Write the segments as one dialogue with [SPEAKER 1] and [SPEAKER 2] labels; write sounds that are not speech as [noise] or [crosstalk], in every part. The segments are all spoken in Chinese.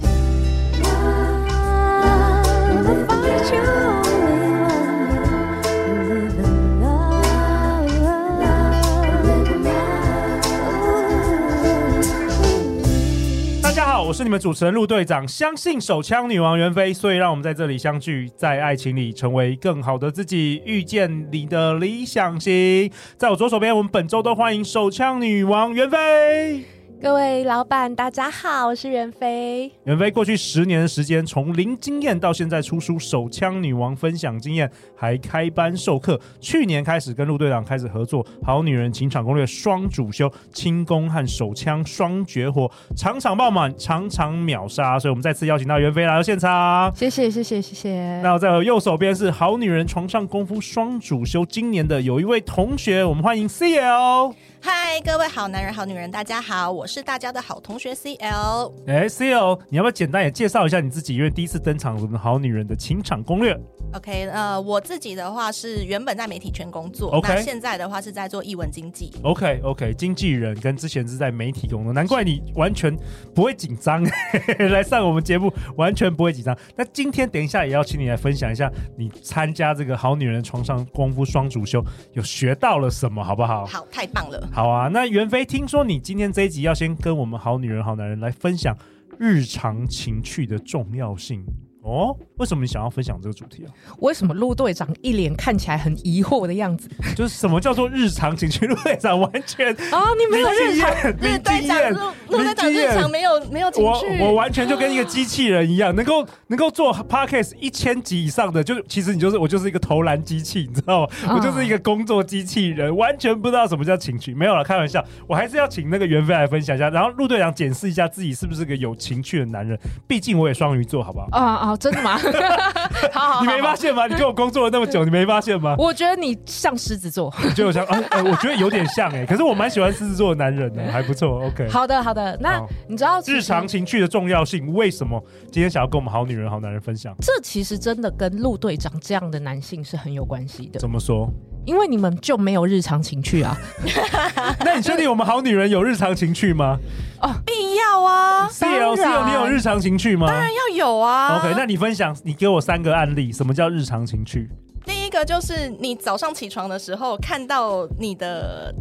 [SPEAKER 1] Love, find you only one. Live in love, live in love.
[SPEAKER 2] 大家好，我是你们主持人陆队长。相信手枪女王袁飞，所以让我们在这里相聚，在爱情里成为更好的自己，遇见你的理想型。在我左手边，我们本周都欢迎手枪女王袁飞。
[SPEAKER 3] 各位老板，大家好，我是袁飞。
[SPEAKER 2] 袁飞过去十年的时间，从零经验到现在出书《手枪女王》，分享经验，还开班授课。去年开始跟陆队长开始合作《好女人情场攻略》双主修，轻功和手枪双绝活，场场爆满，场场秒杀。所以我们再次邀请到袁飞来到现场。
[SPEAKER 3] 谢谢，谢谢，谢谢。
[SPEAKER 2] 那在我右手边是《好女人床上功夫》双主修，今年的有一位同学，我们欢迎 CL。
[SPEAKER 4] 嗨，各位好男人、好女人，大家好，我是大家的好同学 CL。
[SPEAKER 2] 哎，CL，你要不要简单也介绍一下你自己？因为第一次登场我们《好女人的情场攻略》。
[SPEAKER 4] OK，呃，我自己的话是原本在媒体圈工作
[SPEAKER 2] OK
[SPEAKER 4] 那现在的话是在做译文经济。
[SPEAKER 2] OK OK，经纪人跟之前是在媒体工作，难怪你完全不会紧张， [laughs] 来上我们节目完全不会紧张。那今天等一下也要请你来分享一下，你参加这个好女人床上功夫双主修有学到了什么，好不好？
[SPEAKER 4] 好，太棒了！
[SPEAKER 2] 好啊，那袁飞，听说你今天这一集要先跟我们好女人好男人来分享日常情趣的重要性哦。为什么你想要分享这个主题啊？
[SPEAKER 5] 为什么陆队长一脸看起来很疑惑的样子？
[SPEAKER 2] 就是什么叫做日常情趣？陆队长完全
[SPEAKER 5] 啊，你 [laughs] 没有认识？
[SPEAKER 2] 常，
[SPEAKER 4] 日队长，陆陆队长日常没有没有情
[SPEAKER 2] 我我
[SPEAKER 4] 绪，
[SPEAKER 2] 完全就跟一个机器人一样，能
[SPEAKER 5] [laughs]
[SPEAKER 2] 够能够做 podcast 一千集以上的，就是其实你就是我就是一个投篮机器，你知道吗？
[SPEAKER 5] 啊
[SPEAKER 2] 我就是一个工作机器人，完全不知道什么叫情趣。没有了，开玩笑，我还是要请那个袁飞来分享一下，然后陆队长检视一下自己是不是个有情趣的男人。毕竟我也双鱼座，好不好？
[SPEAKER 5] 啊啊，真的吗？ [laughs] 好好好，
[SPEAKER 2] 你没发
[SPEAKER 5] 好？
[SPEAKER 2] 现吗？你跟
[SPEAKER 5] [laughs]
[SPEAKER 2] 我工作了那么久，你没发现吗？
[SPEAKER 5] 我觉得你像狮子座。
[SPEAKER 2] 你觉得我像啊、哎我觉得有点像哎、可是我蛮喜欢狮子座的男人的、还不错。OK，
[SPEAKER 5] 好的好的，那
[SPEAKER 2] 好
[SPEAKER 5] 你知道其实
[SPEAKER 2] 日常情趣的重要性，为什么今天想要跟我们好女人、好男人分享？
[SPEAKER 5] 这其实真的跟陆队长这样的男性是很有关系的，
[SPEAKER 2] 怎么说？
[SPEAKER 4] [laughs]
[SPEAKER 5] 因为你们就没有日常情
[SPEAKER 2] [laughs]
[SPEAKER 5] 趣啊。
[SPEAKER 2] 那你确定我们好女人有日常情趣吗
[SPEAKER 4] 必要啊，
[SPEAKER 2] ？C L C L，你有日常情趣吗
[SPEAKER 4] 当然要有啊。
[SPEAKER 2] ？OK，那你分享，你给我三个案例，什么叫日常情趣？
[SPEAKER 4] 第一个就是你早上起床的时候看到你的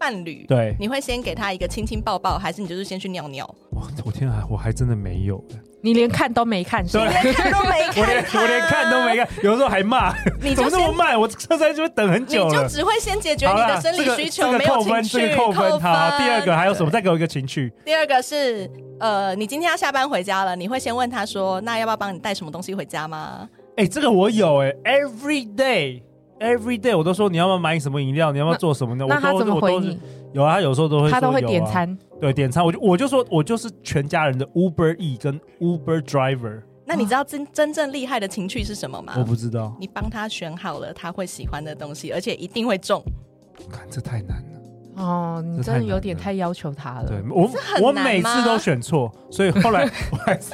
[SPEAKER 4] 伴侣，
[SPEAKER 2] 对，
[SPEAKER 4] 你会先给他一个亲亲抱抱，还是你就是先去尿尿？
[SPEAKER 2] 哇，我天啊，我还真的没有，欸
[SPEAKER 5] 你连看都没看，
[SPEAKER 2] 啊
[SPEAKER 5] 是吧
[SPEAKER 4] 连看都没
[SPEAKER 2] [laughs] 我连
[SPEAKER 4] 看他，
[SPEAKER 2] 我连看都没看，有时候还骂，
[SPEAKER 4] 你
[SPEAKER 2] 怎
[SPEAKER 4] 就
[SPEAKER 2] 么那么
[SPEAKER 4] 先
[SPEAKER 2] 慢？我车在这边等很
[SPEAKER 4] 你
[SPEAKER 2] 久
[SPEAKER 4] 就
[SPEAKER 2] 了。
[SPEAKER 4] 只会先解决
[SPEAKER 2] 好
[SPEAKER 4] 你
[SPEAKER 2] 啦
[SPEAKER 4] 的生理需求，
[SPEAKER 2] 这个这
[SPEAKER 4] 没
[SPEAKER 2] 个
[SPEAKER 4] 有
[SPEAKER 2] 扣分，
[SPEAKER 4] 情
[SPEAKER 2] 这
[SPEAKER 4] 绪，
[SPEAKER 2] 个扣分。好，
[SPEAKER 4] 分
[SPEAKER 2] 第二个还有什么？再给我一个情趣。
[SPEAKER 4] 第二个是，呃，你今天要下班回家了，你会先问他说，那要不要帮你带什么东西回家吗？
[SPEAKER 2] 哎，这个我有哎，every day。Every day 我都说你要不要买什么饮料，你要不要做什么呢？我
[SPEAKER 5] 那他
[SPEAKER 2] 都
[SPEAKER 5] 怎么
[SPEAKER 2] 我都
[SPEAKER 5] 回
[SPEAKER 2] 是
[SPEAKER 5] 你？
[SPEAKER 2] 有啊，他有时候都会
[SPEAKER 5] 他
[SPEAKER 2] 说
[SPEAKER 5] 都会
[SPEAKER 2] 有
[SPEAKER 5] 点
[SPEAKER 2] 啊
[SPEAKER 5] 餐。
[SPEAKER 2] 对，点餐我就我就说我就是全家人的 Uber E 跟 Uber Driver，、
[SPEAKER 4] 那你知道真真正厉害的情趣是什么吗？
[SPEAKER 5] 啊
[SPEAKER 2] 我不知道，
[SPEAKER 4] 你帮他选好了他会喜欢的东西，而且一定会中。
[SPEAKER 2] 看这太难了。
[SPEAKER 5] 哦，你
[SPEAKER 2] 这
[SPEAKER 5] 真
[SPEAKER 2] 太
[SPEAKER 5] 的
[SPEAKER 2] 难
[SPEAKER 5] 有点
[SPEAKER 2] 了
[SPEAKER 5] 太要求他
[SPEAKER 2] 对
[SPEAKER 5] 了。
[SPEAKER 2] 我
[SPEAKER 4] 很
[SPEAKER 2] 我
[SPEAKER 4] 难
[SPEAKER 2] 每次
[SPEAKER 4] 吗
[SPEAKER 2] 都选错，所以
[SPEAKER 5] [laughs]
[SPEAKER 2] 后来我还是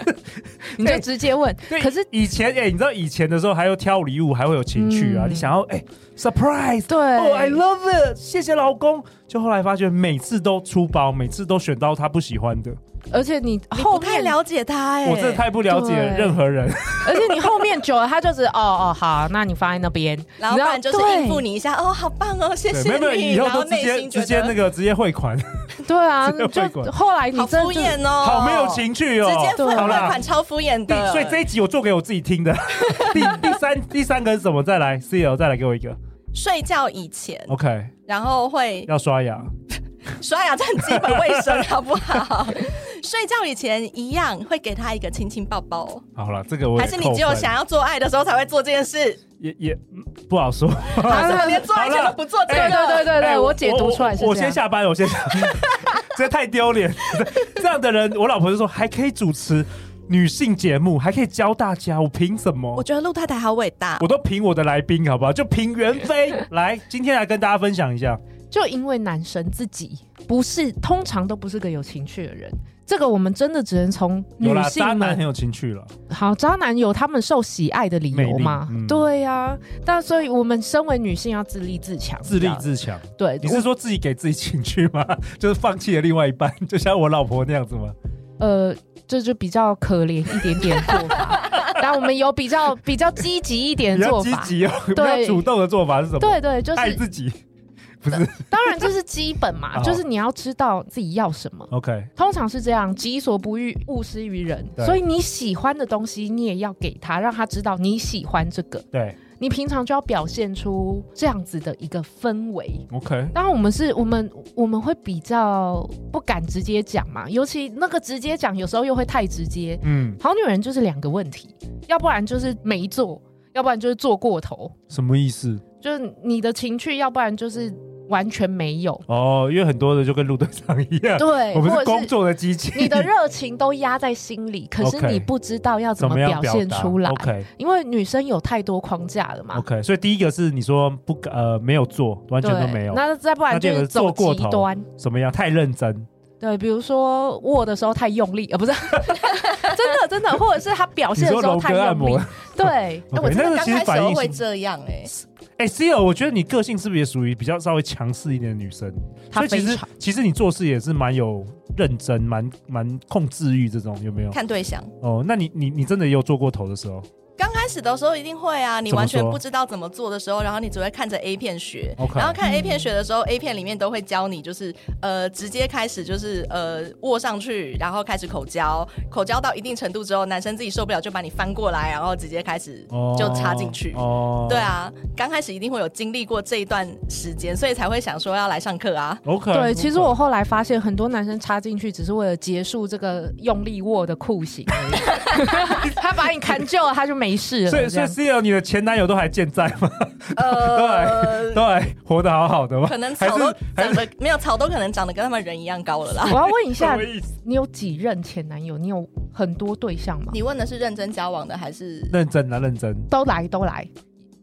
[SPEAKER 5] 你就直接问。
[SPEAKER 2] 哎对
[SPEAKER 5] 可是
[SPEAKER 2] 以前哎、你知道以前的时候还有挑礼物，还会有情趣啊，
[SPEAKER 5] 嗯
[SPEAKER 2] 你想要哎、surprise。
[SPEAKER 5] 对，
[SPEAKER 2] 哦、i love it，谢谢老公。就后来发觉，每次都出包，每次都选到他不喜欢的，
[SPEAKER 5] 而且你
[SPEAKER 4] 你
[SPEAKER 5] 后
[SPEAKER 4] 不
[SPEAKER 5] 面
[SPEAKER 4] 太了解他哎、
[SPEAKER 2] 我真的太不了解
[SPEAKER 5] 对
[SPEAKER 2] 任何人。
[SPEAKER 5] 而且你后面久了，他就是哦哦好，那你放在那边，
[SPEAKER 4] 老板
[SPEAKER 5] 你知
[SPEAKER 4] 就
[SPEAKER 5] 道
[SPEAKER 4] 是应付。你一下哦，好棒哦，谢 [laughs]
[SPEAKER 2] 对，
[SPEAKER 4] 谢
[SPEAKER 2] 没有没有，
[SPEAKER 4] 你。
[SPEAKER 2] 以后
[SPEAKER 4] 然
[SPEAKER 2] 都
[SPEAKER 4] 后
[SPEAKER 2] 直
[SPEAKER 4] 内
[SPEAKER 2] 接
[SPEAKER 4] 心
[SPEAKER 2] 直
[SPEAKER 4] 觉得
[SPEAKER 2] 接那个直接汇款，
[SPEAKER 5] 对对
[SPEAKER 2] [laughs]
[SPEAKER 5] 啊，
[SPEAKER 2] 直接汇款
[SPEAKER 5] 就后来你
[SPEAKER 4] 好
[SPEAKER 5] 真的
[SPEAKER 4] 敷
[SPEAKER 5] 就
[SPEAKER 4] 衍哦，
[SPEAKER 2] 好没有情趣哦，
[SPEAKER 4] 直接付
[SPEAKER 5] 对
[SPEAKER 4] 款
[SPEAKER 2] 好啦
[SPEAKER 4] 款超敷衍
[SPEAKER 2] 第
[SPEAKER 4] 的。
[SPEAKER 2] 所以这一集我做给我自己听
[SPEAKER 4] [laughs]
[SPEAKER 2] 的。第第三第三个是什么？再来，C L 再来给我一个。
[SPEAKER 4] 睡觉以前，
[SPEAKER 2] OK，
[SPEAKER 4] 然后会
[SPEAKER 2] 要刷牙。
[SPEAKER 4] 刷牙这很基本卫生， [laughs] 好不好？睡觉以前一样会给他一个亲亲抱抱，
[SPEAKER 2] 好了，这个我也
[SPEAKER 4] 还是你
[SPEAKER 2] 扣
[SPEAKER 4] 只有
[SPEAKER 2] 分
[SPEAKER 4] 想要做爱的时候才会做这件事？
[SPEAKER 2] 也也嗯不好说。
[SPEAKER 4] 好，怎么连做爱前都不做这
[SPEAKER 5] 对对
[SPEAKER 4] 个？
[SPEAKER 5] 对对
[SPEAKER 2] 哎
[SPEAKER 5] 对，我解读出来是
[SPEAKER 2] 我我
[SPEAKER 5] 这
[SPEAKER 2] 先
[SPEAKER 5] 样。
[SPEAKER 2] 下班，我先下 [laughs] 班，这太丢脸。 [laughs] 这样的人，我老婆就说还可以主持女性节目，还可以教大家，我凭什么？
[SPEAKER 4] 我觉得陆太太好伟大
[SPEAKER 5] [laughs]
[SPEAKER 2] 我，都凭我的来宾，好不好？就凭袁飞来，今天来跟大家分享一下。
[SPEAKER 5] 就因为男生自己不是通常都不是个有情趣的人，这个我们真的只能从
[SPEAKER 2] 有
[SPEAKER 5] 女
[SPEAKER 2] 啦，
[SPEAKER 5] 性
[SPEAKER 2] 渣男
[SPEAKER 5] 们
[SPEAKER 2] 很有情趣了，
[SPEAKER 5] 好，渣男有他们受喜爱的理由嘛？
[SPEAKER 2] 魅力嗯
[SPEAKER 5] 对呀、但所以我们身为女性要自立自强，
[SPEAKER 2] 自立
[SPEAKER 5] 这样
[SPEAKER 2] 自强。
[SPEAKER 5] 对，
[SPEAKER 2] 你是说自己给自己情趣吗？就是放弃了另外一半， [laughs] 就像我老婆那样子吗？
[SPEAKER 5] 呃，这就比较可怜一点点做
[SPEAKER 2] [laughs]
[SPEAKER 5] 法。但我们有比较比较积极一点
[SPEAKER 2] 比
[SPEAKER 5] 的
[SPEAKER 2] 较
[SPEAKER 5] 做
[SPEAKER 2] 积
[SPEAKER 5] 法，
[SPEAKER 2] 极哦， [laughs] 比较
[SPEAKER 5] 对
[SPEAKER 2] 主动的做法是什么？
[SPEAKER 5] 对对，就
[SPEAKER 2] 爱
[SPEAKER 5] 是
[SPEAKER 2] 自己，不是
[SPEAKER 5] [laughs] 当然这是基本嘛，
[SPEAKER 2] 好
[SPEAKER 5] 就是你要知道自己要什么。
[SPEAKER 2] ？OK，
[SPEAKER 5] 通常是这样，己所不欲，勿施于人。
[SPEAKER 2] 对
[SPEAKER 5] 所以你喜欢的东西，你也要给他，让他知道你喜欢这个。
[SPEAKER 2] 对
[SPEAKER 5] 你平常就要表现出这样子的一个氛围。
[SPEAKER 2] ，OK，
[SPEAKER 5] 当然，我们是我们我们会比较不敢直接讲嘛，尤其那个直接讲有时候又会太直接。
[SPEAKER 2] 嗯，
[SPEAKER 5] 好女人就是两个问题，要不然就是没做，要不然就是做过头，
[SPEAKER 2] 什么意思？
[SPEAKER 5] 就是你的情趣，要不然就是完全没有，
[SPEAKER 2] 哦，因为很多的就跟陆队长一 [laughs] 样，
[SPEAKER 5] 对，
[SPEAKER 2] 我们
[SPEAKER 5] 或
[SPEAKER 2] 是
[SPEAKER 5] 者
[SPEAKER 2] 工
[SPEAKER 5] 是
[SPEAKER 2] 作的机器，
[SPEAKER 5] 你的热情都压在心里，可是
[SPEAKER 2] OK
[SPEAKER 5] 你不知道要怎
[SPEAKER 2] [laughs] 怎
[SPEAKER 5] 么
[SPEAKER 2] 么样
[SPEAKER 5] 表
[SPEAKER 2] 表
[SPEAKER 5] 现
[SPEAKER 2] 达
[SPEAKER 5] 出来，
[SPEAKER 2] ？OK
[SPEAKER 5] 因为女生有太多框架了嘛。
[SPEAKER 2] OK，所以第一个是你说不敢呃没有做，完全都没有，
[SPEAKER 5] 那再不然就
[SPEAKER 2] 那这个
[SPEAKER 5] 是走
[SPEAKER 2] 做过
[SPEAKER 5] 极
[SPEAKER 2] 头
[SPEAKER 5] 端，
[SPEAKER 2] 什么样？太认真，
[SPEAKER 5] 对，比如说握的时候太用力，呃，不是， [laughs] 真的真的，或者是他表
[SPEAKER 2] 你
[SPEAKER 5] 现的
[SPEAKER 2] 说
[SPEAKER 5] 时候
[SPEAKER 2] 楼
[SPEAKER 5] 太
[SPEAKER 2] 哥按
[SPEAKER 5] 用
[SPEAKER 2] 摩
[SPEAKER 5] 力，，对，哎 [laughs]
[SPEAKER 4] 哎、
[SPEAKER 2] OK，
[SPEAKER 4] 我真
[SPEAKER 2] 那
[SPEAKER 4] 的
[SPEAKER 2] 个
[SPEAKER 4] 刚
[SPEAKER 2] 其实
[SPEAKER 4] 开始
[SPEAKER 2] 反
[SPEAKER 4] 都
[SPEAKER 2] 应
[SPEAKER 4] 会
[SPEAKER 2] 是
[SPEAKER 4] 这样哎、
[SPEAKER 2] 哎，C o 我觉得你个性是不是也属于比较稍微强势一点的女生？所
[SPEAKER 5] 他
[SPEAKER 2] 以其
[SPEAKER 5] 非
[SPEAKER 2] 实
[SPEAKER 5] 常
[SPEAKER 2] 其实你做事也是蛮有认真，蛮蛮控制欲这种有没有？
[SPEAKER 4] 看对象。
[SPEAKER 2] 哦，那你你你真的也有做过头的时候
[SPEAKER 4] 刚开始的时候一定会啊，你
[SPEAKER 2] 怎么
[SPEAKER 4] 完全
[SPEAKER 2] 说
[SPEAKER 4] 不知道怎么做的时候，然后你只会看着 A 片学。
[SPEAKER 2] ？OK，嗯
[SPEAKER 4] 然后看 A 片学的时候、a 片里面都会教你，就是呃，直接开始就是呃握上去，然后开始口交，口交到一定程度之后，男生自己受不了就把你翻过来，然后直接开始
[SPEAKER 2] 哦
[SPEAKER 4] 就插进去。
[SPEAKER 2] 哦
[SPEAKER 4] 对啊，刚开始一定会有经历过这一段时间，所以才会想说要来上
[SPEAKER 2] [laughs]
[SPEAKER 4] 课啊。
[SPEAKER 2] ，OK，
[SPEAKER 5] 对。其实我后来发现，很多男生插进去只是为了结束这个用力握的酷刑而已， [laughs] 他把你砍救了，他就没事了。
[SPEAKER 2] 所以
[SPEAKER 5] 这
[SPEAKER 2] 所以
[SPEAKER 5] 样
[SPEAKER 2] C o 你的前男友都还健在吗？
[SPEAKER 4] 呃，
[SPEAKER 2] 都还活得好好的吗？
[SPEAKER 4] 可能
[SPEAKER 2] 还
[SPEAKER 4] 草
[SPEAKER 2] 是
[SPEAKER 4] 都
[SPEAKER 2] 还
[SPEAKER 4] 长
[SPEAKER 2] 是
[SPEAKER 4] 得没有草都可能长得跟他们人一样高了啦。
[SPEAKER 5] 我要问
[SPEAKER 2] [laughs]
[SPEAKER 5] 一
[SPEAKER 2] 什
[SPEAKER 5] 下
[SPEAKER 2] 么，意思？
[SPEAKER 5] 你有几任前男友？你有很多对象吗？
[SPEAKER 4] 你问的是认真交往的还是？
[SPEAKER 2] 认真啊，认真，
[SPEAKER 5] 都来都来，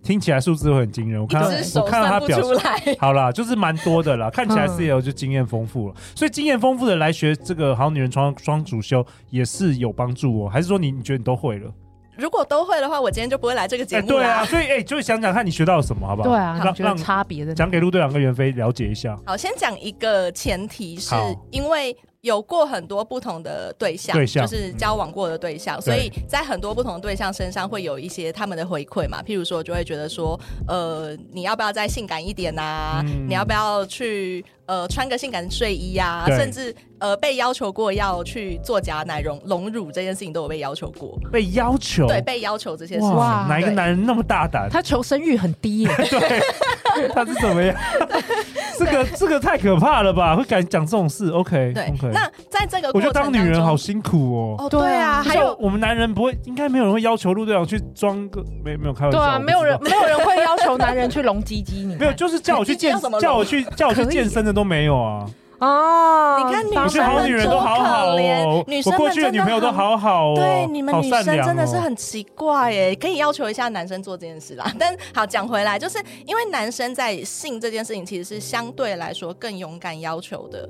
[SPEAKER 2] 听起来数字会很惊人。我
[SPEAKER 4] 一
[SPEAKER 2] 看到
[SPEAKER 4] 只
[SPEAKER 2] 我
[SPEAKER 4] 手
[SPEAKER 2] 看到
[SPEAKER 4] 算
[SPEAKER 2] 他
[SPEAKER 4] 不
[SPEAKER 2] 表
[SPEAKER 4] 出
[SPEAKER 2] 情，
[SPEAKER 4] 来， [laughs]
[SPEAKER 2] 好啦，就是蛮多的
[SPEAKER 5] [laughs]
[SPEAKER 2] 啦。看起来
[SPEAKER 5] 嗯
[SPEAKER 2] C L 就经验丰富了，所以经验丰富的来学这个好女人双双主修也是有帮助哦。还是说你你觉得你都会了？
[SPEAKER 4] 如果都会的话，我今天就不会来这个节目
[SPEAKER 2] 对啊，
[SPEAKER 4] 啦。
[SPEAKER 2] 所以哎、就想想看你学到了什么，好不好？
[SPEAKER 5] 对啊，
[SPEAKER 2] 让
[SPEAKER 5] 你觉得
[SPEAKER 2] 让
[SPEAKER 5] 差别在哪？
[SPEAKER 2] 讲给陆队长跟袁飞了解一下。
[SPEAKER 4] 好，先讲一个前提是
[SPEAKER 2] 好，
[SPEAKER 4] 因为有过很多不同的对象，
[SPEAKER 2] 对象嗯
[SPEAKER 4] 就是交往过的对象，所以在很多不同的对象身上会有一些他们的回馈嘛。譬如说，就会觉得说，呃，你要不要再性感一点啊？
[SPEAKER 2] 嗯
[SPEAKER 4] 你要不要去呃穿个性感的睡衣啊？
[SPEAKER 2] 对
[SPEAKER 4] 甚至呃被要求过要去做假奶容隆乳这件事情都有被要求过，
[SPEAKER 2] 被要求，
[SPEAKER 4] 对，被要求这些事情。
[SPEAKER 2] 哇，
[SPEAKER 5] 哇
[SPEAKER 2] 哪一个
[SPEAKER 4] 对
[SPEAKER 2] 男人那么大胆？
[SPEAKER 5] 他求生欲很低
[SPEAKER 2] [laughs]
[SPEAKER 5] 耶、
[SPEAKER 4] [laughs]
[SPEAKER 2] 对，他是怎么样？这个这个太可怕了吧？会敢讲这种事？OK，
[SPEAKER 4] 对
[SPEAKER 2] o k
[SPEAKER 4] 那在这个
[SPEAKER 2] 我
[SPEAKER 4] 过
[SPEAKER 2] 觉得当
[SPEAKER 4] 程当
[SPEAKER 2] 女
[SPEAKER 4] 中，
[SPEAKER 2] 人好辛苦哦。
[SPEAKER 4] 哦，对啊，
[SPEAKER 2] 不
[SPEAKER 4] 还
[SPEAKER 2] 像
[SPEAKER 4] 有
[SPEAKER 2] 我们男人不会，应该没有人会要求陆队长去装个没没有开玩笑，
[SPEAKER 5] 对啊，
[SPEAKER 2] 我不
[SPEAKER 5] 没有
[SPEAKER 2] 知道 [laughs]
[SPEAKER 5] 人没有人会要求男人去隆鸡鸡，你
[SPEAKER 2] 没有，
[SPEAKER 5] 看
[SPEAKER 2] 就是叫我去健
[SPEAKER 4] [laughs] 你要怎么，
[SPEAKER 2] 叫我去叫我去
[SPEAKER 5] 可以
[SPEAKER 2] 健身的都没有啊！
[SPEAKER 5] 哦，
[SPEAKER 4] 你看女
[SPEAKER 5] 当
[SPEAKER 2] 我
[SPEAKER 4] 生
[SPEAKER 2] 觉得好女人都好好
[SPEAKER 4] 可
[SPEAKER 2] 哦
[SPEAKER 4] 怜，女
[SPEAKER 2] 我
[SPEAKER 4] 生们
[SPEAKER 2] 过去的女朋友都好好哦，
[SPEAKER 4] 对，你们
[SPEAKER 2] 好
[SPEAKER 4] 女
[SPEAKER 2] 善
[SPEAKER 4] 生
[SPEAKER 2] 良
[SPEAKER 4] 真的
[SPEAKER 2] 哦
[SPEAKER 4] 是很奇怪耶，可以要求一下男生做这件事啦。但好讲回来，就是因为男生在性这件事情其实是相对来说更勇敢要求的，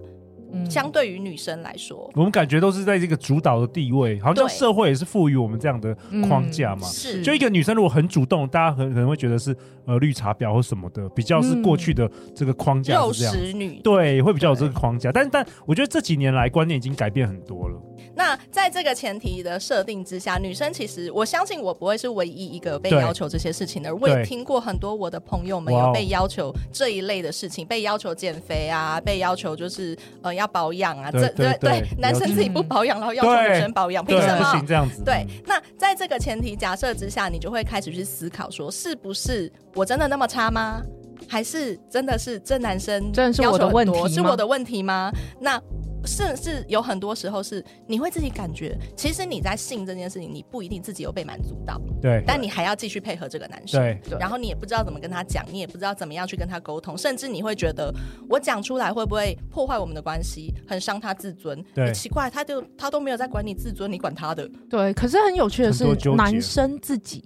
[SPEAKER 5] 嗯
[SPEAKER 4] 相对于女生来说
[SPEAKER 2] 我们感觉都是在这个主导的地位，好像
[SPEAKER 4] 对嗯
[SPEAKER 2] 社会也是赋予我们这样的
[SPEAKER 5] 嗯
[SPEAKER 2] 框架嘛。
[SPEAKER 4] 是
[SPEAKER 2] 嗯就一个女生如果很主动，大家很可能会觉得是呃绿茶婊或什么的，比较是过去的这个框架
[SPEAKER 4] 肉
[SPEAKER 2] 是这样。
[SPEAKER 4] 食女。
[SPEAKER 2] 对，会比较有这个框架，但但我觉得这几年来观念已经改变很多了。
[SPEAKER 4] 那在这个前提的设定之下，女生其实我相信我不会是唯一一个被
[SPEAKER 2] 对
[SPEAKER 4] 要求这些事情的。我也
[SPEAKER 2] 对
[SPEAKER 4] 听过很多我的朋友们
[SPEAKER 2] 哇哦
[SPEAKER 4] 有被要求这一类的事情，被要求减肥啊，被要求就是呃要保养啊，
[SPEAKER 2] 对
[SPEAKER 4] 这
[SPEAKER 2] 对
[SPEAKER 4] 对
[SPEAKER 2] 对
[SPEAKER 4] 对，男生自己不保养，然后要求
[SPEAKER 2] 对
[SPEAKER 4] 女生保养，凭
[SPEAKER 2] 对，
[SPEAKER 4] 什
[SPEAKER 2] 不
[SPEAKER 4] 么
[SPEAKER 2] 行？这样子。
[SPEAKER 4] 对，那在这个前提假设之下，你就会开始去思考说，是不是我真的那么差吗？还是真的是这男生
[SPEAKER 5] 真的是
[SPEAKER 4] 要
[SPEAKER 5] 我的
[SPEAKER 4] 求很多
[SPEAKER 5] 问题吗
[SPEAKER 4] 是我的问题吗？那甚至有很多时候是你会自己感觉，其实你在性这件事情，你不一定自己有被满足到，
[SPEAKER 2] 嗯对
[SPEAKER 4] 但你还要继续配合这个男生。
[SPEAKER 2] 对
[SPEAKER 5] 对
[SPEAKER 4] 然后你也不知道怎么跟他讲，你也不知道怎么样去跟他沟通，甚至你会觉得我讲出来会不会破坏我们的关系，很伤他自尊。
[SPEAKER 2] 对
[SPEAKER 4] 欸奇怪，他就他都没有在管你自尊，你管他的。
[SPEAKER 5] 对，可是很有趣的是
[SPEAKER 2] 很多纠，结
[SPEAKER 5] 男生自己。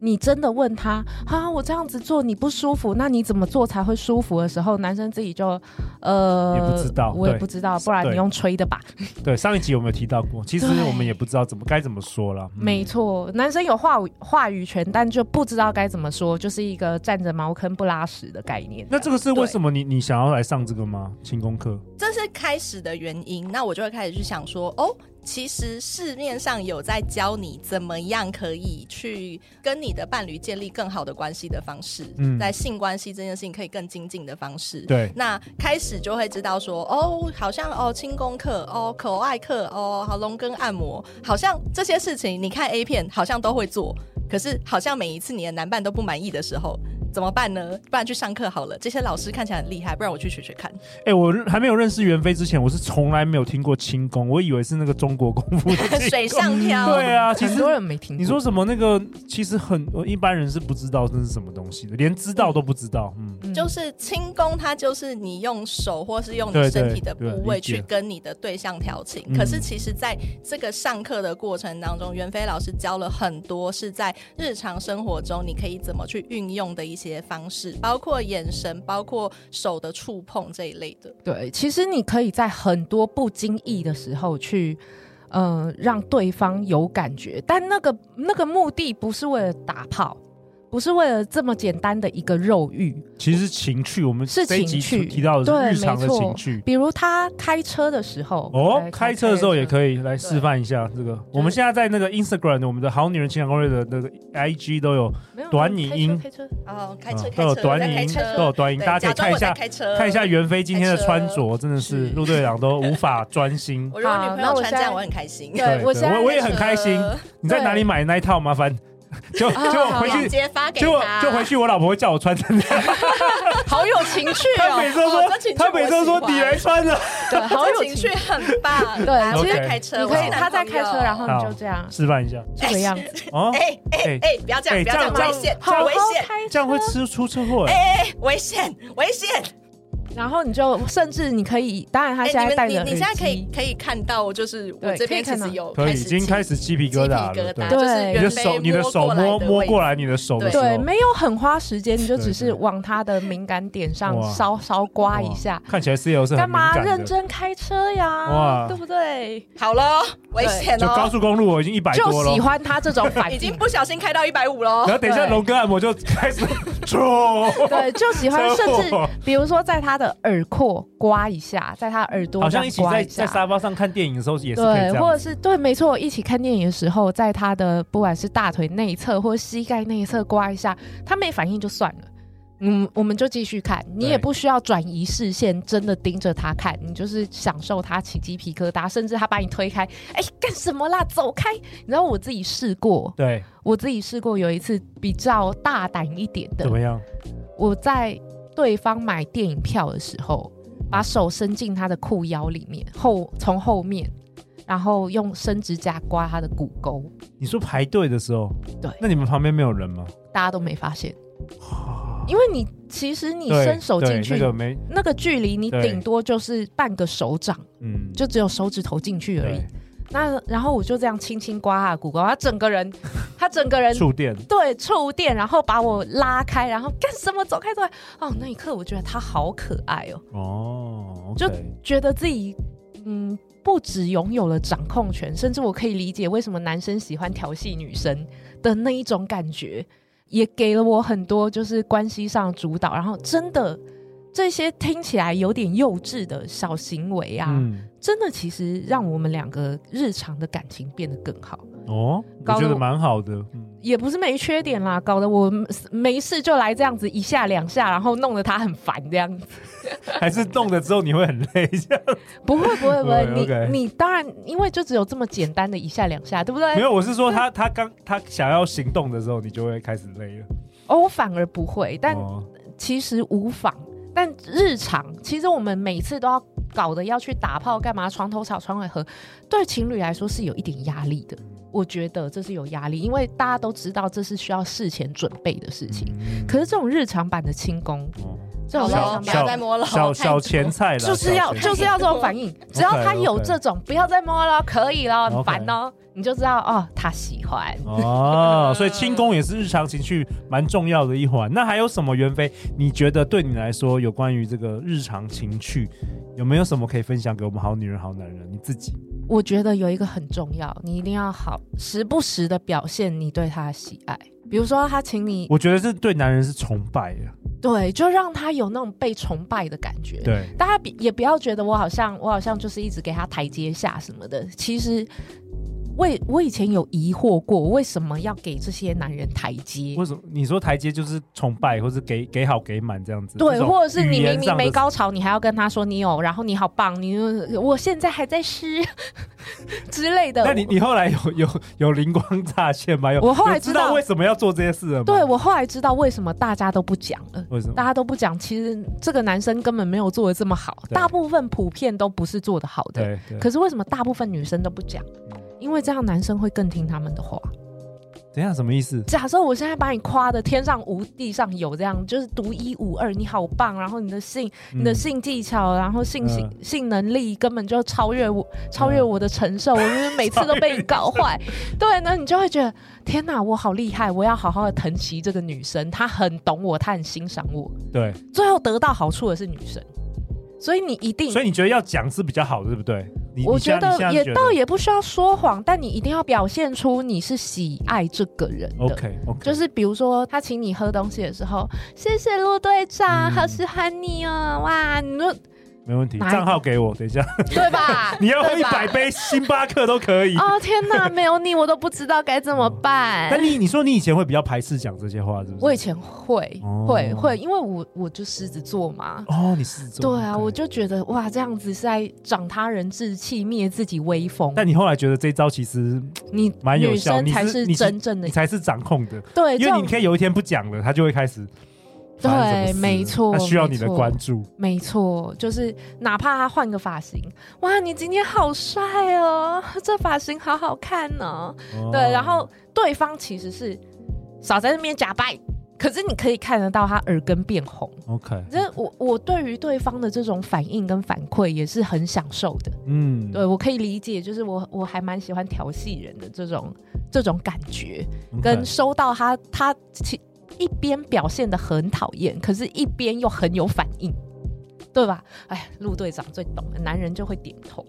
[SPEAKER 5] 你真的问他啊，我这样子做你不舒服，那你怎么做才会舒服的时候，男生自己就呃，
[SPEAKER 2] 也不知道
[SPEAKER 5] 我也
[SPEAKER 2] 对
[SPEAKER 5] 不知道，不然
[SPEAKER 2] 对
[SPEAKER 5] 你用吹的吧。
[SPEAKER 2] 对，上一集有没有提到过？其实
[SPEAKER 5] 对
[SPEAKER 2] 我们也不知道怎么该怎么说了。嗯
[SPEAKER 5] 没错，男生有话语话语权，但就不知道该怎么说，就是一个站着茅坑不拉屎的概念。
[SPEAKER 2] 那这个是为什么你你想要来上这个吗？清功课
[SPEAKER 4] 这是开始的原因。那我就会开始去想说，哦，其实市面上有在教你怎么样可以去跟你的伴侣建立更好的关系的方式，
[SPEAKER 2] 嗯
[SPEAKER 4] 在性关系这件事情可以更精进的方式。
[SPEAKER 2] 对
[SPEAKER 4] 那开始就会知道说，哦，好像哦轻功课，哦口爱课，哦好龙根按摩，好像这些事情你看 A 片好像都会做，可是好像每一次你的男伴都不满意的时候。怎么办呢？不然去上课好了。这些老师看起来很厉害，不然我去学学看。
[SPEAKER 2] 哎、我还没有认识袁飞之前，我是从来没有听过轻功，我以为是那个中国功夫的
[SPEAKER 5] [laughs]
[SPEAKER 2] 轻
[SPEAKER 4] [laughs] 水上漂，
[SPEAKER 2] 对啊，其
[SPEAKER 5] 很
[SPEAKER 2] 实
[SPEAKER 5] 多人没听过。
[SPEAKER 2] 你说什么那个，其实很我一般人是不知道这是什么东西的，连知道都不知道。嗯，
[SPEAKER 5] 嗯
[SPEAKER 4] 就是轻功，它就是你用手或是用
[SPEAKER 2] 对
[SPEAKER 4] 你
[SPEAKER 2] 对
[SPEAKER 4] 身体的部
[SPEAKER 2] 对
[SPEAKER 4] 位
[SPEAKER 2] 理解
[SPEAKER 4] 去跟你的对象调情
[SPEAKER 2] 嗯。
[SPEAKER 4] 可是其实在这个上课的过程当中，袁飞老师教了很多是在日常生活中你可以怎么去运用的一些方式，包括眼神，包括手的触碰这一类的。
[SPEAKER 5] 对，其实你可以在很多不经意的时候去，呃，让对方有感觉，但那个那个目的不是为了打炮，不是为了这么简单的一个肉欲。
[SPEAKER 2] 其实情趣我们
[SPEAKER 5] 是
[SPEAKER 2] 这一集
[SPEAKER 5] 情趣
[SPEAKER 2] 提到的
[SPEAKER 5] 对
[SPEAKER 2] 是日常的
[SPEAKER 5] 没错
[SPEAKER 2] 情趣。
[SPEAKER 5] 比如他开车的时候，呃
[SPEAKER 2] 哦
[SPEAKER 5] 对，
[SPEAKER 2] 开车的时候也
[SPEAKER 5] 以。
[SPEAKER 2] 可以来示范一下这个。我们现在在那个 Instagram 的我们的好女人情感攻略的那个 IG 都有
[SPEAKER 5] 没有
[SPEAKER 2] 短影音
[SPEAKER 5] 开车开车 [laughs]
[SPEAKER 4] 哦，开车
[SPEAKER 2] 嗯，
[SPEAKER 4] 开
[SPEAKER 2] 都有
[SPEAKER 4] 车，
[SPEAKER 2] 短
[SPEAKER 4] 我在开
[SPEAKER 2] 影，
[SPEAKER 4] 车，
[SPEAKER 2] 都有短影，
[SPEAKER 4] 对
[SPEAKER 2] 大家可以
[SPEAKER 4] 假装
[SPEAKER 2] 看一
[SPEAKER 4] 我在
[SPEAKER 2] 下，
[SPEAKER 4] 开车，
[SPEAKER 2] 看一下。袁飞今天的穿着，真的是
[SPEAKER 4] 是。
[SPEAKER 2] 陆队长都无法专心
[SPEAKER 4] [laughs] 我如果女朋
[SPEAKER 5] 好那
[SPEAKER 4] 友
[SPEAKER 5] 我
[SPEAKER 4] 穿
[SPEAKER 5] 现
[SPEAKER 4] 这
[SPEAKER 5] 在
[SPEAKER 4] 样，我很开心。
[SPEAKER 5] 对我现在
[SPEAKER 2] 嗯我我也很开
[SPEAKER 4] [laughs]
[SPEAKER 2] 心。
[SPEAKER 4] 呃
[SPEAKER 2] 你在哪里买的那一套？麻烦，就
[SPEAKER 5] 啊
[SPEAKER 2] 就回
[SPEAKER 4] 链
[SPEAKER 2] 去，
[SPEAKER 4] 接发给
[SPEAKER 2] 就
[SPEAKER 4] 他，
[SPEAKER 2] 就回去，我老婆会叫我
[SPEAKER 4] [laughs]
[SPEAKER 2] 穿真的。
[SPEAKER 5] 好有情趣
[SPEAKER 2] 她每
[SPEAKER 5] 哦，
[SPEAKER 2] 次都说
[SPEAKER 4] 哦这情，趣
[SPEAKER 2] 她每次都
[SPEAKER 4] 我
[SPEAKER 2] 说
[SPEAKER 4] 喜欢
[SPEAKER 2] 你来穿啊了。
[SPEAKER 5] 对， [laughs] 好有
[SPEAKER 4] 这情绪很棒。
[SPEAKER 5] 对
[SPEAKER 4] 来我
[SPEAKER 2] 其实
[SPEAKER 4] 在开车，
[SPEAKER 5] 你
[SPEAKER 4] 我
[SPEAKER 5] 可
[SPEAKER 4] 是
[SPEAKER 5] 以
[SPEAKER 4] 男
[SPEAKER 5] 他在
[SPEAKER 4] 朋
[SPEAKER 5] 开
[SPEAKER 4] 友
[SPEAKER 5] 车，然后你
[SPEAKER 2] 好
[SPEAKER 5] 就这样
[SPEAKER 2] 示范一下
[SPEAKER 5] 这个样子，
[SPEAKER 2] 哦，
[SPEAKER 4] [laughs] 哎
[SPEAKER 2] 哎
[SPEAKER 4] 哎哎，不要这
[SPEAKER 2] 哎
[SPEAKER 4] 样，
[SPEAKER 2] 这
[SPEAKER 4] 不要这样，
[SPEAKER 2] 样
[SPEAKER 4] 危险，
[SPEAKER 5] 好好
[SPEAKER 4] 危险，
[SPEAKER 5] 开
[SPEAKER 2] 这样会
[SPEAKER 5] 车
[SPEAKER 2] 出出车祸。哎
[SPEAKER 4] 哎，危险，危险！
[SPEAKER 5] 然后你就甚至你可以，当然他
[SPEAKER 4] 哎，
[SPEAKER 5] 现在
[SPEAKER 4] 你
[SPEAKER 5] 戴
[SPEAKER 4] 们
[SPEAKER 5] 着
[SPEAKER 4] 你
[SPEAKER 5] 耳
[SPEAKER 4] 你
[SPEAKER 5] 机，
[SPEAKER 4] 现在可以可以看到，就是我
[SPEAKER 5] 对
[SPEAKER 4] 这边
[SPEAKER 5] 可以
[SPEAKER 4] 其
[SPEAKER 5] 看到
[SPEAKER 4] 实有
[SPEAKER 2] 可以，
[SPEAKER 4] 始
[SPEAKER 2] 已经
[SPEAKER 4] 起
[SPEAKER 2] 开始鸡皮
[SPEAKER 4] 鸡皮
[SPEAKER 2] 疙瘩了。
[SPEAKER 4] 疙瘩，
[SPEAKER 2] 对，你
[SPEAKER 4] 就是袁
[SPEAKER 5] 对
[SPEAKER 2] 的
[SPEAKER 4] 飞
[SPEAKER 2] 手，你的手
[SPEAKER 4] 过来
[SPEAKER 2] 摸
[SPEAKER 4] 的
[SPEAKER 2] 摸
[SPEAKER 4] 位
[SPEAKER 2] 过
[SPEAKER 4] 置。
[SPEAKER 2] 来你的手的时候，
[SPEAKER 5] 对，没有很花时间，你就
[SPEAKER 2] 对
[SPEAKER 5] 只是
[SPEAKER 2] 对
[SPEAKER 5] 往他的敏感点上
[SPEAKER 2] 哇
[SPEAKER 5] 稍稍刮一下。
[SPEAKER 2] 看起来 C L 是很
[SPEAKER 5] 干
[SPEAKER 2] 敏
[SPEAKER 5] 嘛
[SPEAKER 2] 感
[SPEAKER 5] 认
[SPEAKER 2] 的。
[SPEAKER 5] 真开车呀
[SPEAKER 2] 哇？
[SPEAKER 5] 对不对？
[SPEAKER 4] 好喽，危险
[SPEAKER 2] 就高
[SPEAKER 5] [laughs]
[SPEAKER 4] 哦，
[SPEAKER 2] 速公路我已经一百
[SPEAKER 5] 就
[SPEAKER 2] 多了
[SPEAKER 5] 喜，欢他这
[SPEAKER 4] [laughs]
[SPEAKER 5] 种反
[SPEAKER 4] 已经
[SPEAKER 5] 应，
[SPEAKER 4] 不小心开到一百五喽
[SPEAKER 2] 然。后等一下
[SPEAKER 5] 对
[SPEAKER 2] 龙哥按摩就开
[SPEAKER 5] [laughs]
[SPEAKER 2] 始戳，
[SPEAKER 5] 对，就喜欢，
[SPEAKER 2] 车
[SPEAKER 5] 甚
[SPEAKER 2] 祸
[SPEAKER 5] 至比如说在他的耳廓刮一下，在他耳朵
[SPEAKER 2] 好
[SPEAKER 5] 上
[SPEAKER 2] 像一起
[SPEAKER 5] 刮
[SPEAKER 2] 在
[SPEAKER 5] 一
[SPEAKER 2] 在
[SPEAKER 5] 下。
[SPEAKER 2] 沙发上看电影的时候也是可以
[SPEAKER 5] 对，
[SPEAKER 2] 这
[SPEAKER 5] 或
[SPEAKER 2] 样
[SPEAKER 5] 者
[SPEAKER 2] 子。
[SPEAKER 5] 是对，没错，一起看电影的时候，在他的不管是大腿内侧或膝盖内侧刮一下，他没反应就算了，嗯，我们就继续看，你
[SPEAKER 2] 对
[SPEAKER 5] 也不需要转移视线，真的盯着他看，你就是享受他起鸡皮疙瘩，甚至他把你推开，哎、干什么啦，走开！你知道我自己试过，
[SPEAKER 2] 对，
[SPEAKER 5] 我自己试过有一次比较大胆一点的
[SPEAKER 2] 怎，么样？
[SPEAKER 5] 我在对方买电影票的时候，把
[SPEAKER 2] 嗯
[SPEAKER 5] 手伸进他的裤腰里面，后从后面，然后用生指甲刮他的骨沟，
[SPEAKER 2] 你说排队的时候，
[SPEAKER 5] 对
[SPEAKER 2] 那你们旁边没有人吗？
[SPEAKER 5] 大家都没发现，因为你其实你
[SPEAKER 2] 对
[SPEAKER 5] 伸手进
[SPEAKER 2] 对
[SPEAKER 5] 去，
[SPEAKER 2] 那个
[SPEAKER 5] 那
[SPEAKER 2] 没，
[SPEAKER 5] 个距离你
[SPEAKER 2] 对
[SPEAKER 5] 顶多就是半个手掌，
[SPEAKER 2] 嗯，
[SPEAKER 5] 就只有手指头进去而已
[SPEAKER 2] 对。
[SPEAKER 5] 那然后我就这样轻轻刮他的骨沟，他整
[SPEAKER 2] [laughs]
[SPEAKER 5] 个人，他整个人
[SPEAKER 2] 触电，
[SPEAKER 5] 对触电，然后把我拉开，然后干什么？走开，走开！哦，那一刻我觉得他好可爱哦。
[SPEAKER 2] 哦，
[SPEAKER 5] 就
[SPEAKER 2] OK
[SPEAKER 5] 觉得自己嗯不只拥有了掌控权，甚至我可以理解为什么男生喜欢调戏女生的那一种感觉，也给了我很多就是关系上的主导。然后真的这些听起来有点幼稚的小行为啊，
[SPEAKER 2] 嗯，
[SPEAKER 5] 真的其实让我们两个日常的感情变得更好。
[SPEAKER 2] 哦，我
[SPEAKER 5] 高
[SPEAKER 2] 觉得
[SPEAKER 5] 度
[SPEAKER 2] 蛮好的，
[SPEAKER 5] [laughs]
[SPEAKER 2] 嗯，
[SPEAKER 5] 也不是没缺点啦，搞得我没事就来这样子一下两下，然后弄得他很烦这样子
[SPEAKER 2] 还是动了之后你会很累，这样
[SPEAKER 5] 不会不会不
[SPEAKER 2] 对，OK
[SPEAKER 5] 会，你你当然，因为就只有这么简单的一下两下，对不对 [laughs]
[SPEAKER 2] 没？有，我是说他他刚他想要行动的时候，你就会开始累了，
[SPEAKER 5] 哦，我反而不会，但
[SPEAKER 2] 哦
[SPEAKER 5] 其实无妨。但日常，其实我们每次都要搞得要去打炮干嘛，床头吵，床尾和，对情侣来说是有一点压力的。我觉得这是有压力，因为大家都知道这是需要事前准备的事情。可是这种日常版的轻功，
[SPEAKER 2] 嗯哦
[SPEAKER 5] 这
[SPEAKER 4] 好
[SPEAKER 5] 种日
[SPEAKER 4] 了，
[SPEAKER 5] 常
[SPEAKER 4] 不
[SPEAKER 5] 版。
[SPEAKER 4] 要再摸了，哦哎
[SPEAKER 2] 小
[SPEAKER 4] 太
[SPEAKER 2] 小
[SPEAKER 4] 多
[SPEAKER 2] 前菜啦，
[SPEAKER 5] 就是
[SPEAKER 2] 小
[SPEAKER 5] 要
[SPEAKER 2] 前菜
[SPEAKER 5] 就是要这种反应，只要他有这种，不要再摸了，可以了，很
[SPEAKER 2] OK
[SPEAKER 5] 烦哦，你就知道哦，他喜欢。
[SPEAKER 2] 哦，所以轻功也是日常情趣蛮重要的一环。那还有什么？袁飞，你觉得对你来说有关于这个日常情趣，有没有什么可以分享给我们好女人、好男人？你自己
[SPEAKER 5] 我觉得有一个很重要，你一定要好时不时的表现你对他的喜爱，比如说他请你，
[SPEAKER 2] 我觉得是对男人是崇拜啊的，
[SPEAKER 5] 对，就让他有那种被崇拜的感觉。
[SPEAKER 2] 对，
[SPEAKER 5] 大家比也不要觉得我好像我好像就是一直给他台阶下什么的。其实我也我以前有疑惑过，为什么要给这些男人台阶？
[SPEAKER 2] 为什么你说台阶就是崇拜，或是给给好给满这样子？
[SPEAKER 5] 对，
[SPEAKER 2] 这种
[SPEAKER 5] 或者是你
[SPEAKER 2] 语言
[SPEAKER 5] 明明
[SPEAKER 2] 上的
[SPEAKER 5] 没高潮，你还要跟他说你有，然后你好棒，你我现在还在湿 [laughs] 之类的。
[SPEAKER 2] 那你你后来有有有灵光乍现吗？有，
[SPEAKER 5] 我后来
[SPEAKER 2] 有知
[SPEAKER 5] 知道
[SPEAKER 2] 道为什么要做这些事了吗？
[SPEAKER 5] 对我后来知道为什么大家都不讲了。
[SPEAKER 2] 为什么
[SPEAKER 5] 大？家都不讲，其实这个男生根本没有做的这么好，
[SPEAKER 2] 对
[SPEAKER 5] 大部分普遍都不是做的好的。
[SPEAKER 2] 对对，嗯
[SPEAKER 5] 可是为什么大部分女生都不讲？因为这样男生会更听他们的话。
[SPEAKER 2] 等一下什么意思？
[SPEAKER 5] 假设我现在把你夸的天上无地上有，这样就是独一无二，你好棒，然后你的性、你的
[SPEAKER 2] 嗯
[SPEAKER 5] 性技巧，然后性性、
[SPEAKER 2] 嗯
[SPEAKER 5] 性能力根本就超越我，超越
[SPEAKER 2] 嗯
[SPEAKER 5] 我的承受，我就是每
[SPEAKER 2] [laughs]
[SPEAKER 5] 次都被你搞坏。对呢，你就会觉得天哪，我好厉害，我要好好的疼惜这个女生，她很懂我，她很欣赏我，
[SPEAKER 2] 对，
[SPEAKER 5] 最后得到好处的是女生。所以你一定
[SPEAKER 2] 所以你觉得要讲是比较好的，对不对？你
[SPEAKER 5] 嗯我
[SPEAKER 2] 你
[SPEAKER 5] 觉
[SPEAKER 2] 现在你
[SPEAKER 5] 得
[SPEAKER 2] 现在
[SPEAKER 5] 也
[SPEAKER 2] 觉
[SPEAKER 5] 倒也不需要说谎，但你一定要表现出你是喜爱这个人的。
[SPEAKER 2] OK OK，
[SPEAKER 5] 就是比如说，他请你喝东西的时候，谢谢陆队长，
[SPEAKER 2] 嗯
[SPEAKER 5] 好喜欢你哦，哇，你说
[SPEAKER 2] 没问题，
[SPEAKER 5] 哪一个
[SPEAKER 2] 账号给我，等一下，？
[SPEAKER 5] 对
[SPEAKER 2] [laughs]
[SPEAKER 5] 吧
[SPEAKER 2] 你要喝一
[SPEAKER 5] 对吧
[SPEAKER 2] 百杯星巴克都可以。
[SPEAKER 5] 哦，天哪，没有你我都不知道该怎么
[SPEAKER 2] 但
[SPEAKER 5] 办。
[SPEAKER 2] 你你说你以前会比较排斥讲这些话，是不是？
[SPEAKER 5] 我以前会、
[SPEAKER 2] 哦
[SPEAKER 5] 会会，因为我我就狮子座嘛。
[SPEAKER 2] 哦，你是
[SPEAKER 5] 对啊，我就觉得哇，这样子是在长他人志气，灭自己威风。
[SPEAKER 2] 但你后来觉得这一招其实
[SPEAKER 5] 你
[SPEAKER 2] 蛮有
[SPEAKER 5] 女
[SPEAKER 2] 效，
[SPEAKER 5] 生
[SPEAKER 2] 你
[SPEAKER 5] 才
[SPEAKER 2] 是
[SPEAKER 5] 是
[SPEAKER 2] 你
[SPEAKER 5] 真正的
[SPEAKER 2] 你才是掌控的，
[SPEAKER 5] 对，
[SPEAKER 2] 因
[SPEAKER 5] 这
[SPEAKER 2] 为
[SPEAKER 5] 种
[SPEAKER 2] 你可以有一天不讲了，他就会开始发生什么
[SPEAKER 5] 对
[SPEAKER 2] 事
[SPEAKER 5] 没错
[SPEAKER 2] 他需要你
[SPEAKER 5] 没
[SPEAKER 2] 的
[SPEAKER 5] 错
[SPEAKER 2] 关注。
[SPEAKER 5] 没错，就是哪怕他换个发型，哇，你今天好帅哦，这发型好好看哦。
[SPEAKER 2] 哦
[SPEAKER 5] 对，然后对方其实是少在那边假掰，可是你可以看得到他耳根变红。
[SPEAKER 2] OK，
[SPEAKER 5] 这我我对于对方的这种反应跟反馈也是很享受的。
[SPEAKER 2] 嗯，
[SPEAKER 5] 对我可以理解，就是我我还蛮喜欢调戏人的这种这种感觉，
[SPEAKER 2] OK，
[SPEAKER 5] 跟收到他他其一边表现的很讨厌，可是一边又很有反应。对吧？哎，陆队长最懂了，男人就会点头。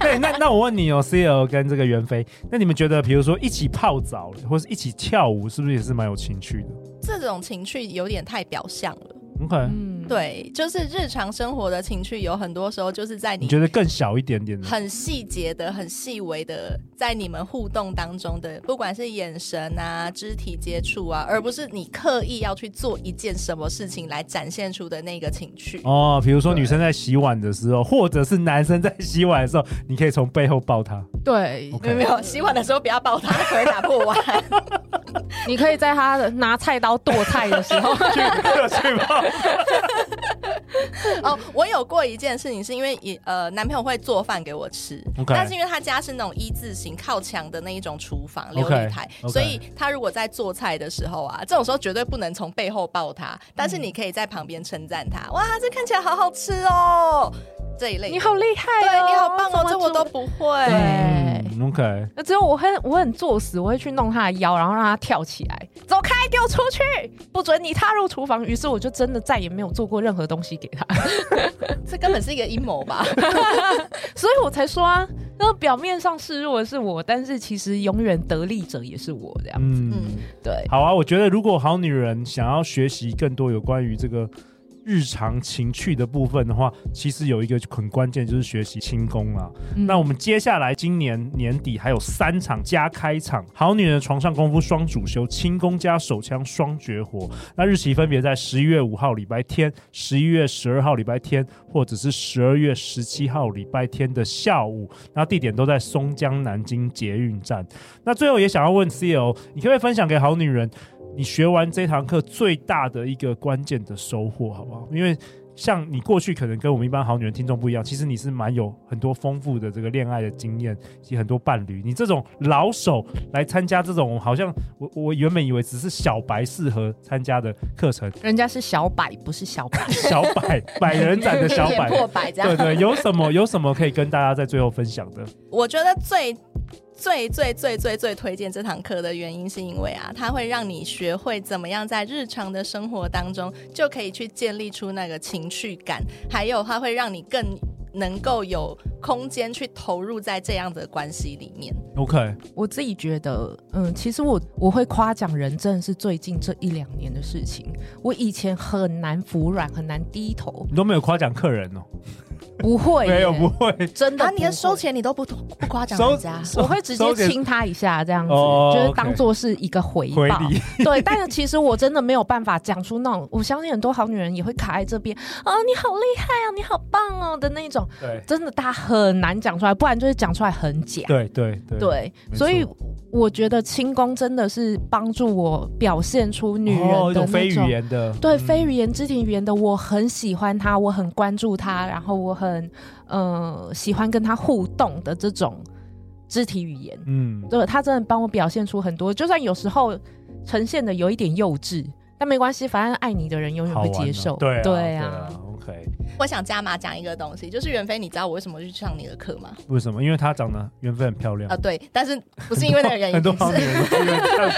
[SPEAKER 2] 对，那那我问你哦，C L 跟这个袁飞，那你们觉得，比如说一起泡澡，或是一起跳舞，是不是也是蛮有情趣的
[SPEAKER 4] 这种情趣有点太表象了。
[SPEAKER 2] ？OK，、
[SPEAKER 5] 嗯，
[SPEAKER 4] 对，就是日常生活的情趣，有很多时候就是在
[SPEAKER 2] 你
[SPEAKER 4] 你
[SPEAKER 2] 觉得更小一点点的？
[SPEAKER 4] 很细节的、很细微的，在你们互动当中的，不管是眼神啊、肢体接触啊，而不是你刻意要去做一件什么事情来展现出的那个情趣。
[SPEAKER 2] 哦，比如说
[SPEAKER 4] 对
[SPEAKER 2] 女生在洗碗的时候，或者是男生在洗碗的时候，你可以从背后抱他。
[SPEAKER 5] 对
[SPEAKER 2] OK
[SPEAKER 4] 没有没有，洗碗的时候不要抱他， [laughs] 可能打破碗。
[SPEAKER 5] 你可以在他的拿菜刀剁菜的时候，
[SPEAKER 2] 去去抱。
[SPEAKER 4] [laughs] 哦，我有过一件事情，是因为也呃，男朋友会做饭给我吃
[SPEAKER 2] OK
[SPEAKER 4] 但是因为他家是那种一字形靠墙的那一种厨房琉
[SPEAKER 2] OK，
[SPEAKER 4] 璃台
[SPEAKER 2] OK
[SPEAKER 4] 所以他如果在做菜的时候啊，这种时候绝对不能从背后抱他，但
[SPEAKER 2] 嗯
[SPEAKER 4] 是你可以在旁边称赞他，哇，这看起来好好吃哦，这一类的，
[SPEAKER 5] [laughs] 你好厉害、哦，
[SPEAKER 4] 对你好棒
[SPEAKER 5] 怎
[SPEAKER 4] 哦，
[SPEAKER 5] 么
[SPEAKER 4] 这我
[SPEAKER 5] 煮
[SPEAKER 4] 都不会。
[SPEAKER 5] 对
[SPEAKER 2] 嗯，OK。
[SPEAKER 5] 那只有我很我很作死，我会去弄他的腰，然后让他跳起来，走开，丢出去，不准你踏入厨房。于是我就真的再也没有做过任何东西给他， [laughs]
[SPEAKER 4] 这根本是一个阴谋
[SPEAKER 2] [laughs]
[SPEAKER 4] 吧？
[SPEAKER 5] 所以我才说啊，那表面上示弱的是我，但是其实永远得利者也是我这样。
[SPEAKER 2] 嗯
[SPEAKER 4] 嗯，
[SPEAKER 5] 对，
[SPEAKER 2] 好啊，我觉得如果好女人想要学习更多有关于这个日常情趣的部分的话，其实有一个很关键就是学习轻功啦。
[SPEAKER 5] 嗯
[SPEAKER 2] 那我们接下来今年年底还有三场加开场，《好女人的床上功夫》双主修，轻功加手枪双绝活。那日期分别在十一月五号礼拜天、十一月十二号礼拜天，或者是十二月十七号礼拜天的下午。那地点都在松江南京捷运站。那最后也想要问 C L，你可不可以分享给好女人？你学完这堂课最大的一个关键的收获，好不好？因为像你过去可能跟我们一般好女人听众不一样，其实你是蛮有很多丰富的这个恋爱的经验以及很多伴侣。你这种老手来参加这种，好像我我原本以为只是小白适合参加的课程，。
[SPEAKER 5] 人家是小百，不是小白
[SPEAKER 2] [laughs] 小百百人展的小 [laughs]
[SPEAKER 4] 点
[SPEAKER 2] 百，
[SPEAKER 4] 破百这样
[SPEAKER 2] 对。对，有什么有什么可以跟大家在最后分享的？
[SPEAKER 4] 我觉得最最最最最最推荐这堂课的原因，是因为啊，它会让你学会怎么样在日常的生活当中就可以去建立出那个情绪感，还有它会让你更能够有空间去投入在这样的关系里面。
[SPEAKER 2] OK，
[SPEAKER 5] 我自己觉得，嗯，其实我我会夸奖人，真的是最近这一两年的事情。我以前很难服软，很难低头，
[SPEAKER 2] 你都没有夸奖客人哦，
[SPEAKER 5] 不会耶，
[SPEAKER 2] 没有不会，
[SPEAKER 5] 真的
[SPEAKER 4] 啊，
[SPEAKER 5] 不
[SPEAKER 4] 你连
[SPEAKER 5] 会
[SPEAKER 4] 收钱你都不不夸奖
[SPEAKER 2] 收
[SPEAKER 4] 人家，
[SPEAKER 2] 收
[SPEAKER 5] 我会直
[SPEAKER 2] 收
[SPEAKER 5] 接
[SPEAKER 2] 点
[SPEAKER 5] 亲他一下，这样子，
[SPEAKER 2] 哦
[SPEAKER 5] 就是
[SPEAKER 2] OK
[SPEAKER 5] 当做是一个回报。
[SPEAKER 2] 回礼，
[SPEAKER 5] 对，但是其实我真的没有办法讲出那种，我相信很多好女人也会卡在这边啊，你好厉害啊，你好棒哦的那种，
[SPEAKER 2] 对
[SPEAKER 5] 真的大家很难讲出来，不然就是讲出来很假。
[SPEAKER 2] 对对对，
[SPEAKER 5] 对，
[SPEAKER 2] 没错
[SPEAKER 5] 所以我觉得轻功真的是帮助我表现出女人的
[SPEAKER 2] 哦，一
[SPEAKER 5] 那种
[SPEAKER 2] 种非语言的，
[SPEAKER 5] 对
[SPEAKER 2] 嗯
[SPEAKER 5] 非语言、肢体语言的，我很喜欢他，我很关注他，然后我很呃喜欢跟他互动的这种肢体语言。
[SPEAKER 2] 嗯，
[SPEAKER 5] 对他真的帮我表现出很多，就算有时候呈现的有一点幼稚，但没关系，反正爱你的人永远
[SPEAKER 2] 好
[SPEAKER 5] 会
[SPEAKER 2] 玩
[SPEAKER 5] 接
[SPEAKER 2] 哦
[SPEAKER 5] 受。
[SPEAKER 2] 对啊
[SPEAKER 5] 对
[SPEAKER 2] 对
[SPEAKER 5] 啊
[SPEAKER 2] 啊，OK，
[SPEAKER 4] 我想加码讲一个东西，就是袁飞，你知道我为什么去上你的课
[SPEAKER 2] [laughs]
[SPEAKER 4] 吗？
[SPEAKER 2] 为什么？因为她长得缘分很漂亮
[SPEAKER 5] 哦
[SPEAKER 4] 啊，，对，但是不是因为那
[SPEAKER 2] [laughs]
[SPEAKER 4] 个原因，
[SPEAKER 2] 很多好
[SPEAKER 4] 是
[SPEAKER 2] 女人都因为这样
[SPEAKER 5] [laughs]
[SPEAKER 2] 子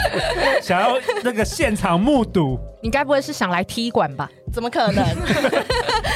[SPEAKER 2] 想要那个现场目睹，
[SPEAKER 5] 你该不会是想来踢馆吧？
[SPEAKER 4] 怎么可能？ [laughs]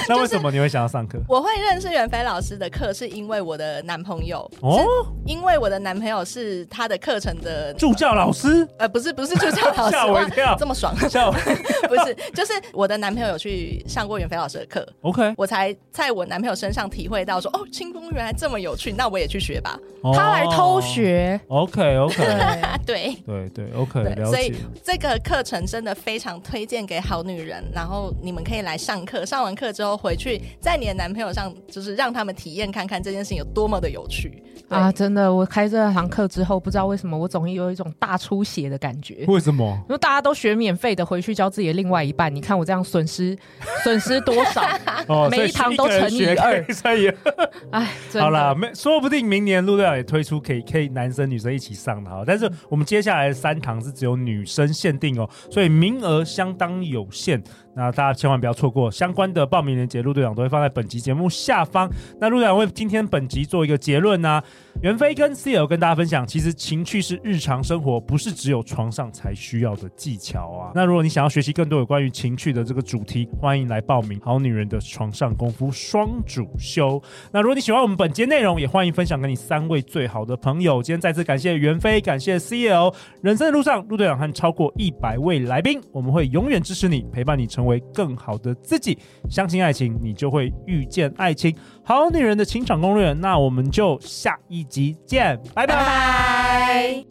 [SPEAKER 2] 那为什么你会想要上课？
[SPEAKER 4] 我会认识袁飞老师的课，是因为我的男朋友，
[SPEAKER 2] 哦，
[SPEAKER 4] 因为我的男朋友是他的课程的，
[SPEAKER 2] 助教老师
[SPEAKER 4] 呃，不是不是
[SPEAKER 2] [laughs]
[SPEAKER 4] 助教老师，
[SPEAKER 2] 吓我一
[SPEAKER 4] 哇
[SPEAKER 2] 跳
[SPEAKER 4] 这么爽， [laughs]
[SPEAKER 2] 叫
[SPEAKER 4] 不是，就是我的男朋友有去上过袁飞老师的课，
[SPEAKER 2] OK，
[SPEAKER 4] 我才在我男朋友身上体会到说，哦，清宫原来这么有趣，那我也去学吧。
[SPEAKER 5] [laughs] 他来偷学，
[SPEAKER 2] ，OK OK，
[SPEAKER 4] 啊，对，
[SPEAKER 2] 哦对对 OK，
[SPEAKER 4] 对
[SPEAKER 2] 了
[SPEAKER 4] 所以
[SPEAKER 2] 解。
[SPEAKER 4] 这个课程真的非常推荐给好女人，然后你们可以来上课，上完课之后回去在你的男朋友上，就是让他们体验看看这件事情有多么的有趣。对
[SPEAKER 5] 啊！真的，我开这堂课之后，不知道为什么我总有一种大出血的感觉。
[SPEAKER 2] 为什么？
[SPEAKER 5] 因为大家都学免费的，回去教自己的另外一半，你看我这样损失损失多
[SPEAKER 2] [laughs]
[SPEAKER 5] 少？
[SPEAKER 2] 哦，
[SPEAKER 5] [laughs] 每
[SPEAKER 2] 所以
[SPEAKER 5] 一堂都
[SPEAKER 2] 个人
[SPEAKER 5] 乘以
[SPEAKER 2] 学可以
[SPEAKER 5] 二
[SPEAKER 2] 乘以二。
[SPEAKER 5] 哎，真的
[SPEAKER 2] 好啦，，没，说不定明年陆队长也推出可以可以男生女生一起上的哈。但是我们接下来的三堂是只有女生限定哦，所以名额相当有限。那大家千万不要错过相关的报名链接，陆队长都会放在本集节目下方。那陆队长为今天本集做一个结论呢、袁飞跟 C L 跟大家分享，其实情趣是日常生活，不是只有床上才需要的技巧啊。那如果你想要学习更多有关于情趣的这个主题，欢迎来报名《好女人的床上功夫双主修》。那如果你喜欢我们本节内容，也欢迎分享给你三位最好的朋友。今天再次感谢袁飞，感谢 C L。人生的路上，陆队长和超过一百位来宾，我们会永远支持你，陪伴你成为更好的自己。相信爱情，你就会遇见爱情。好女人的情场攻略，那我们就下一集见，拜拜
[SPEAKER 4] 拜。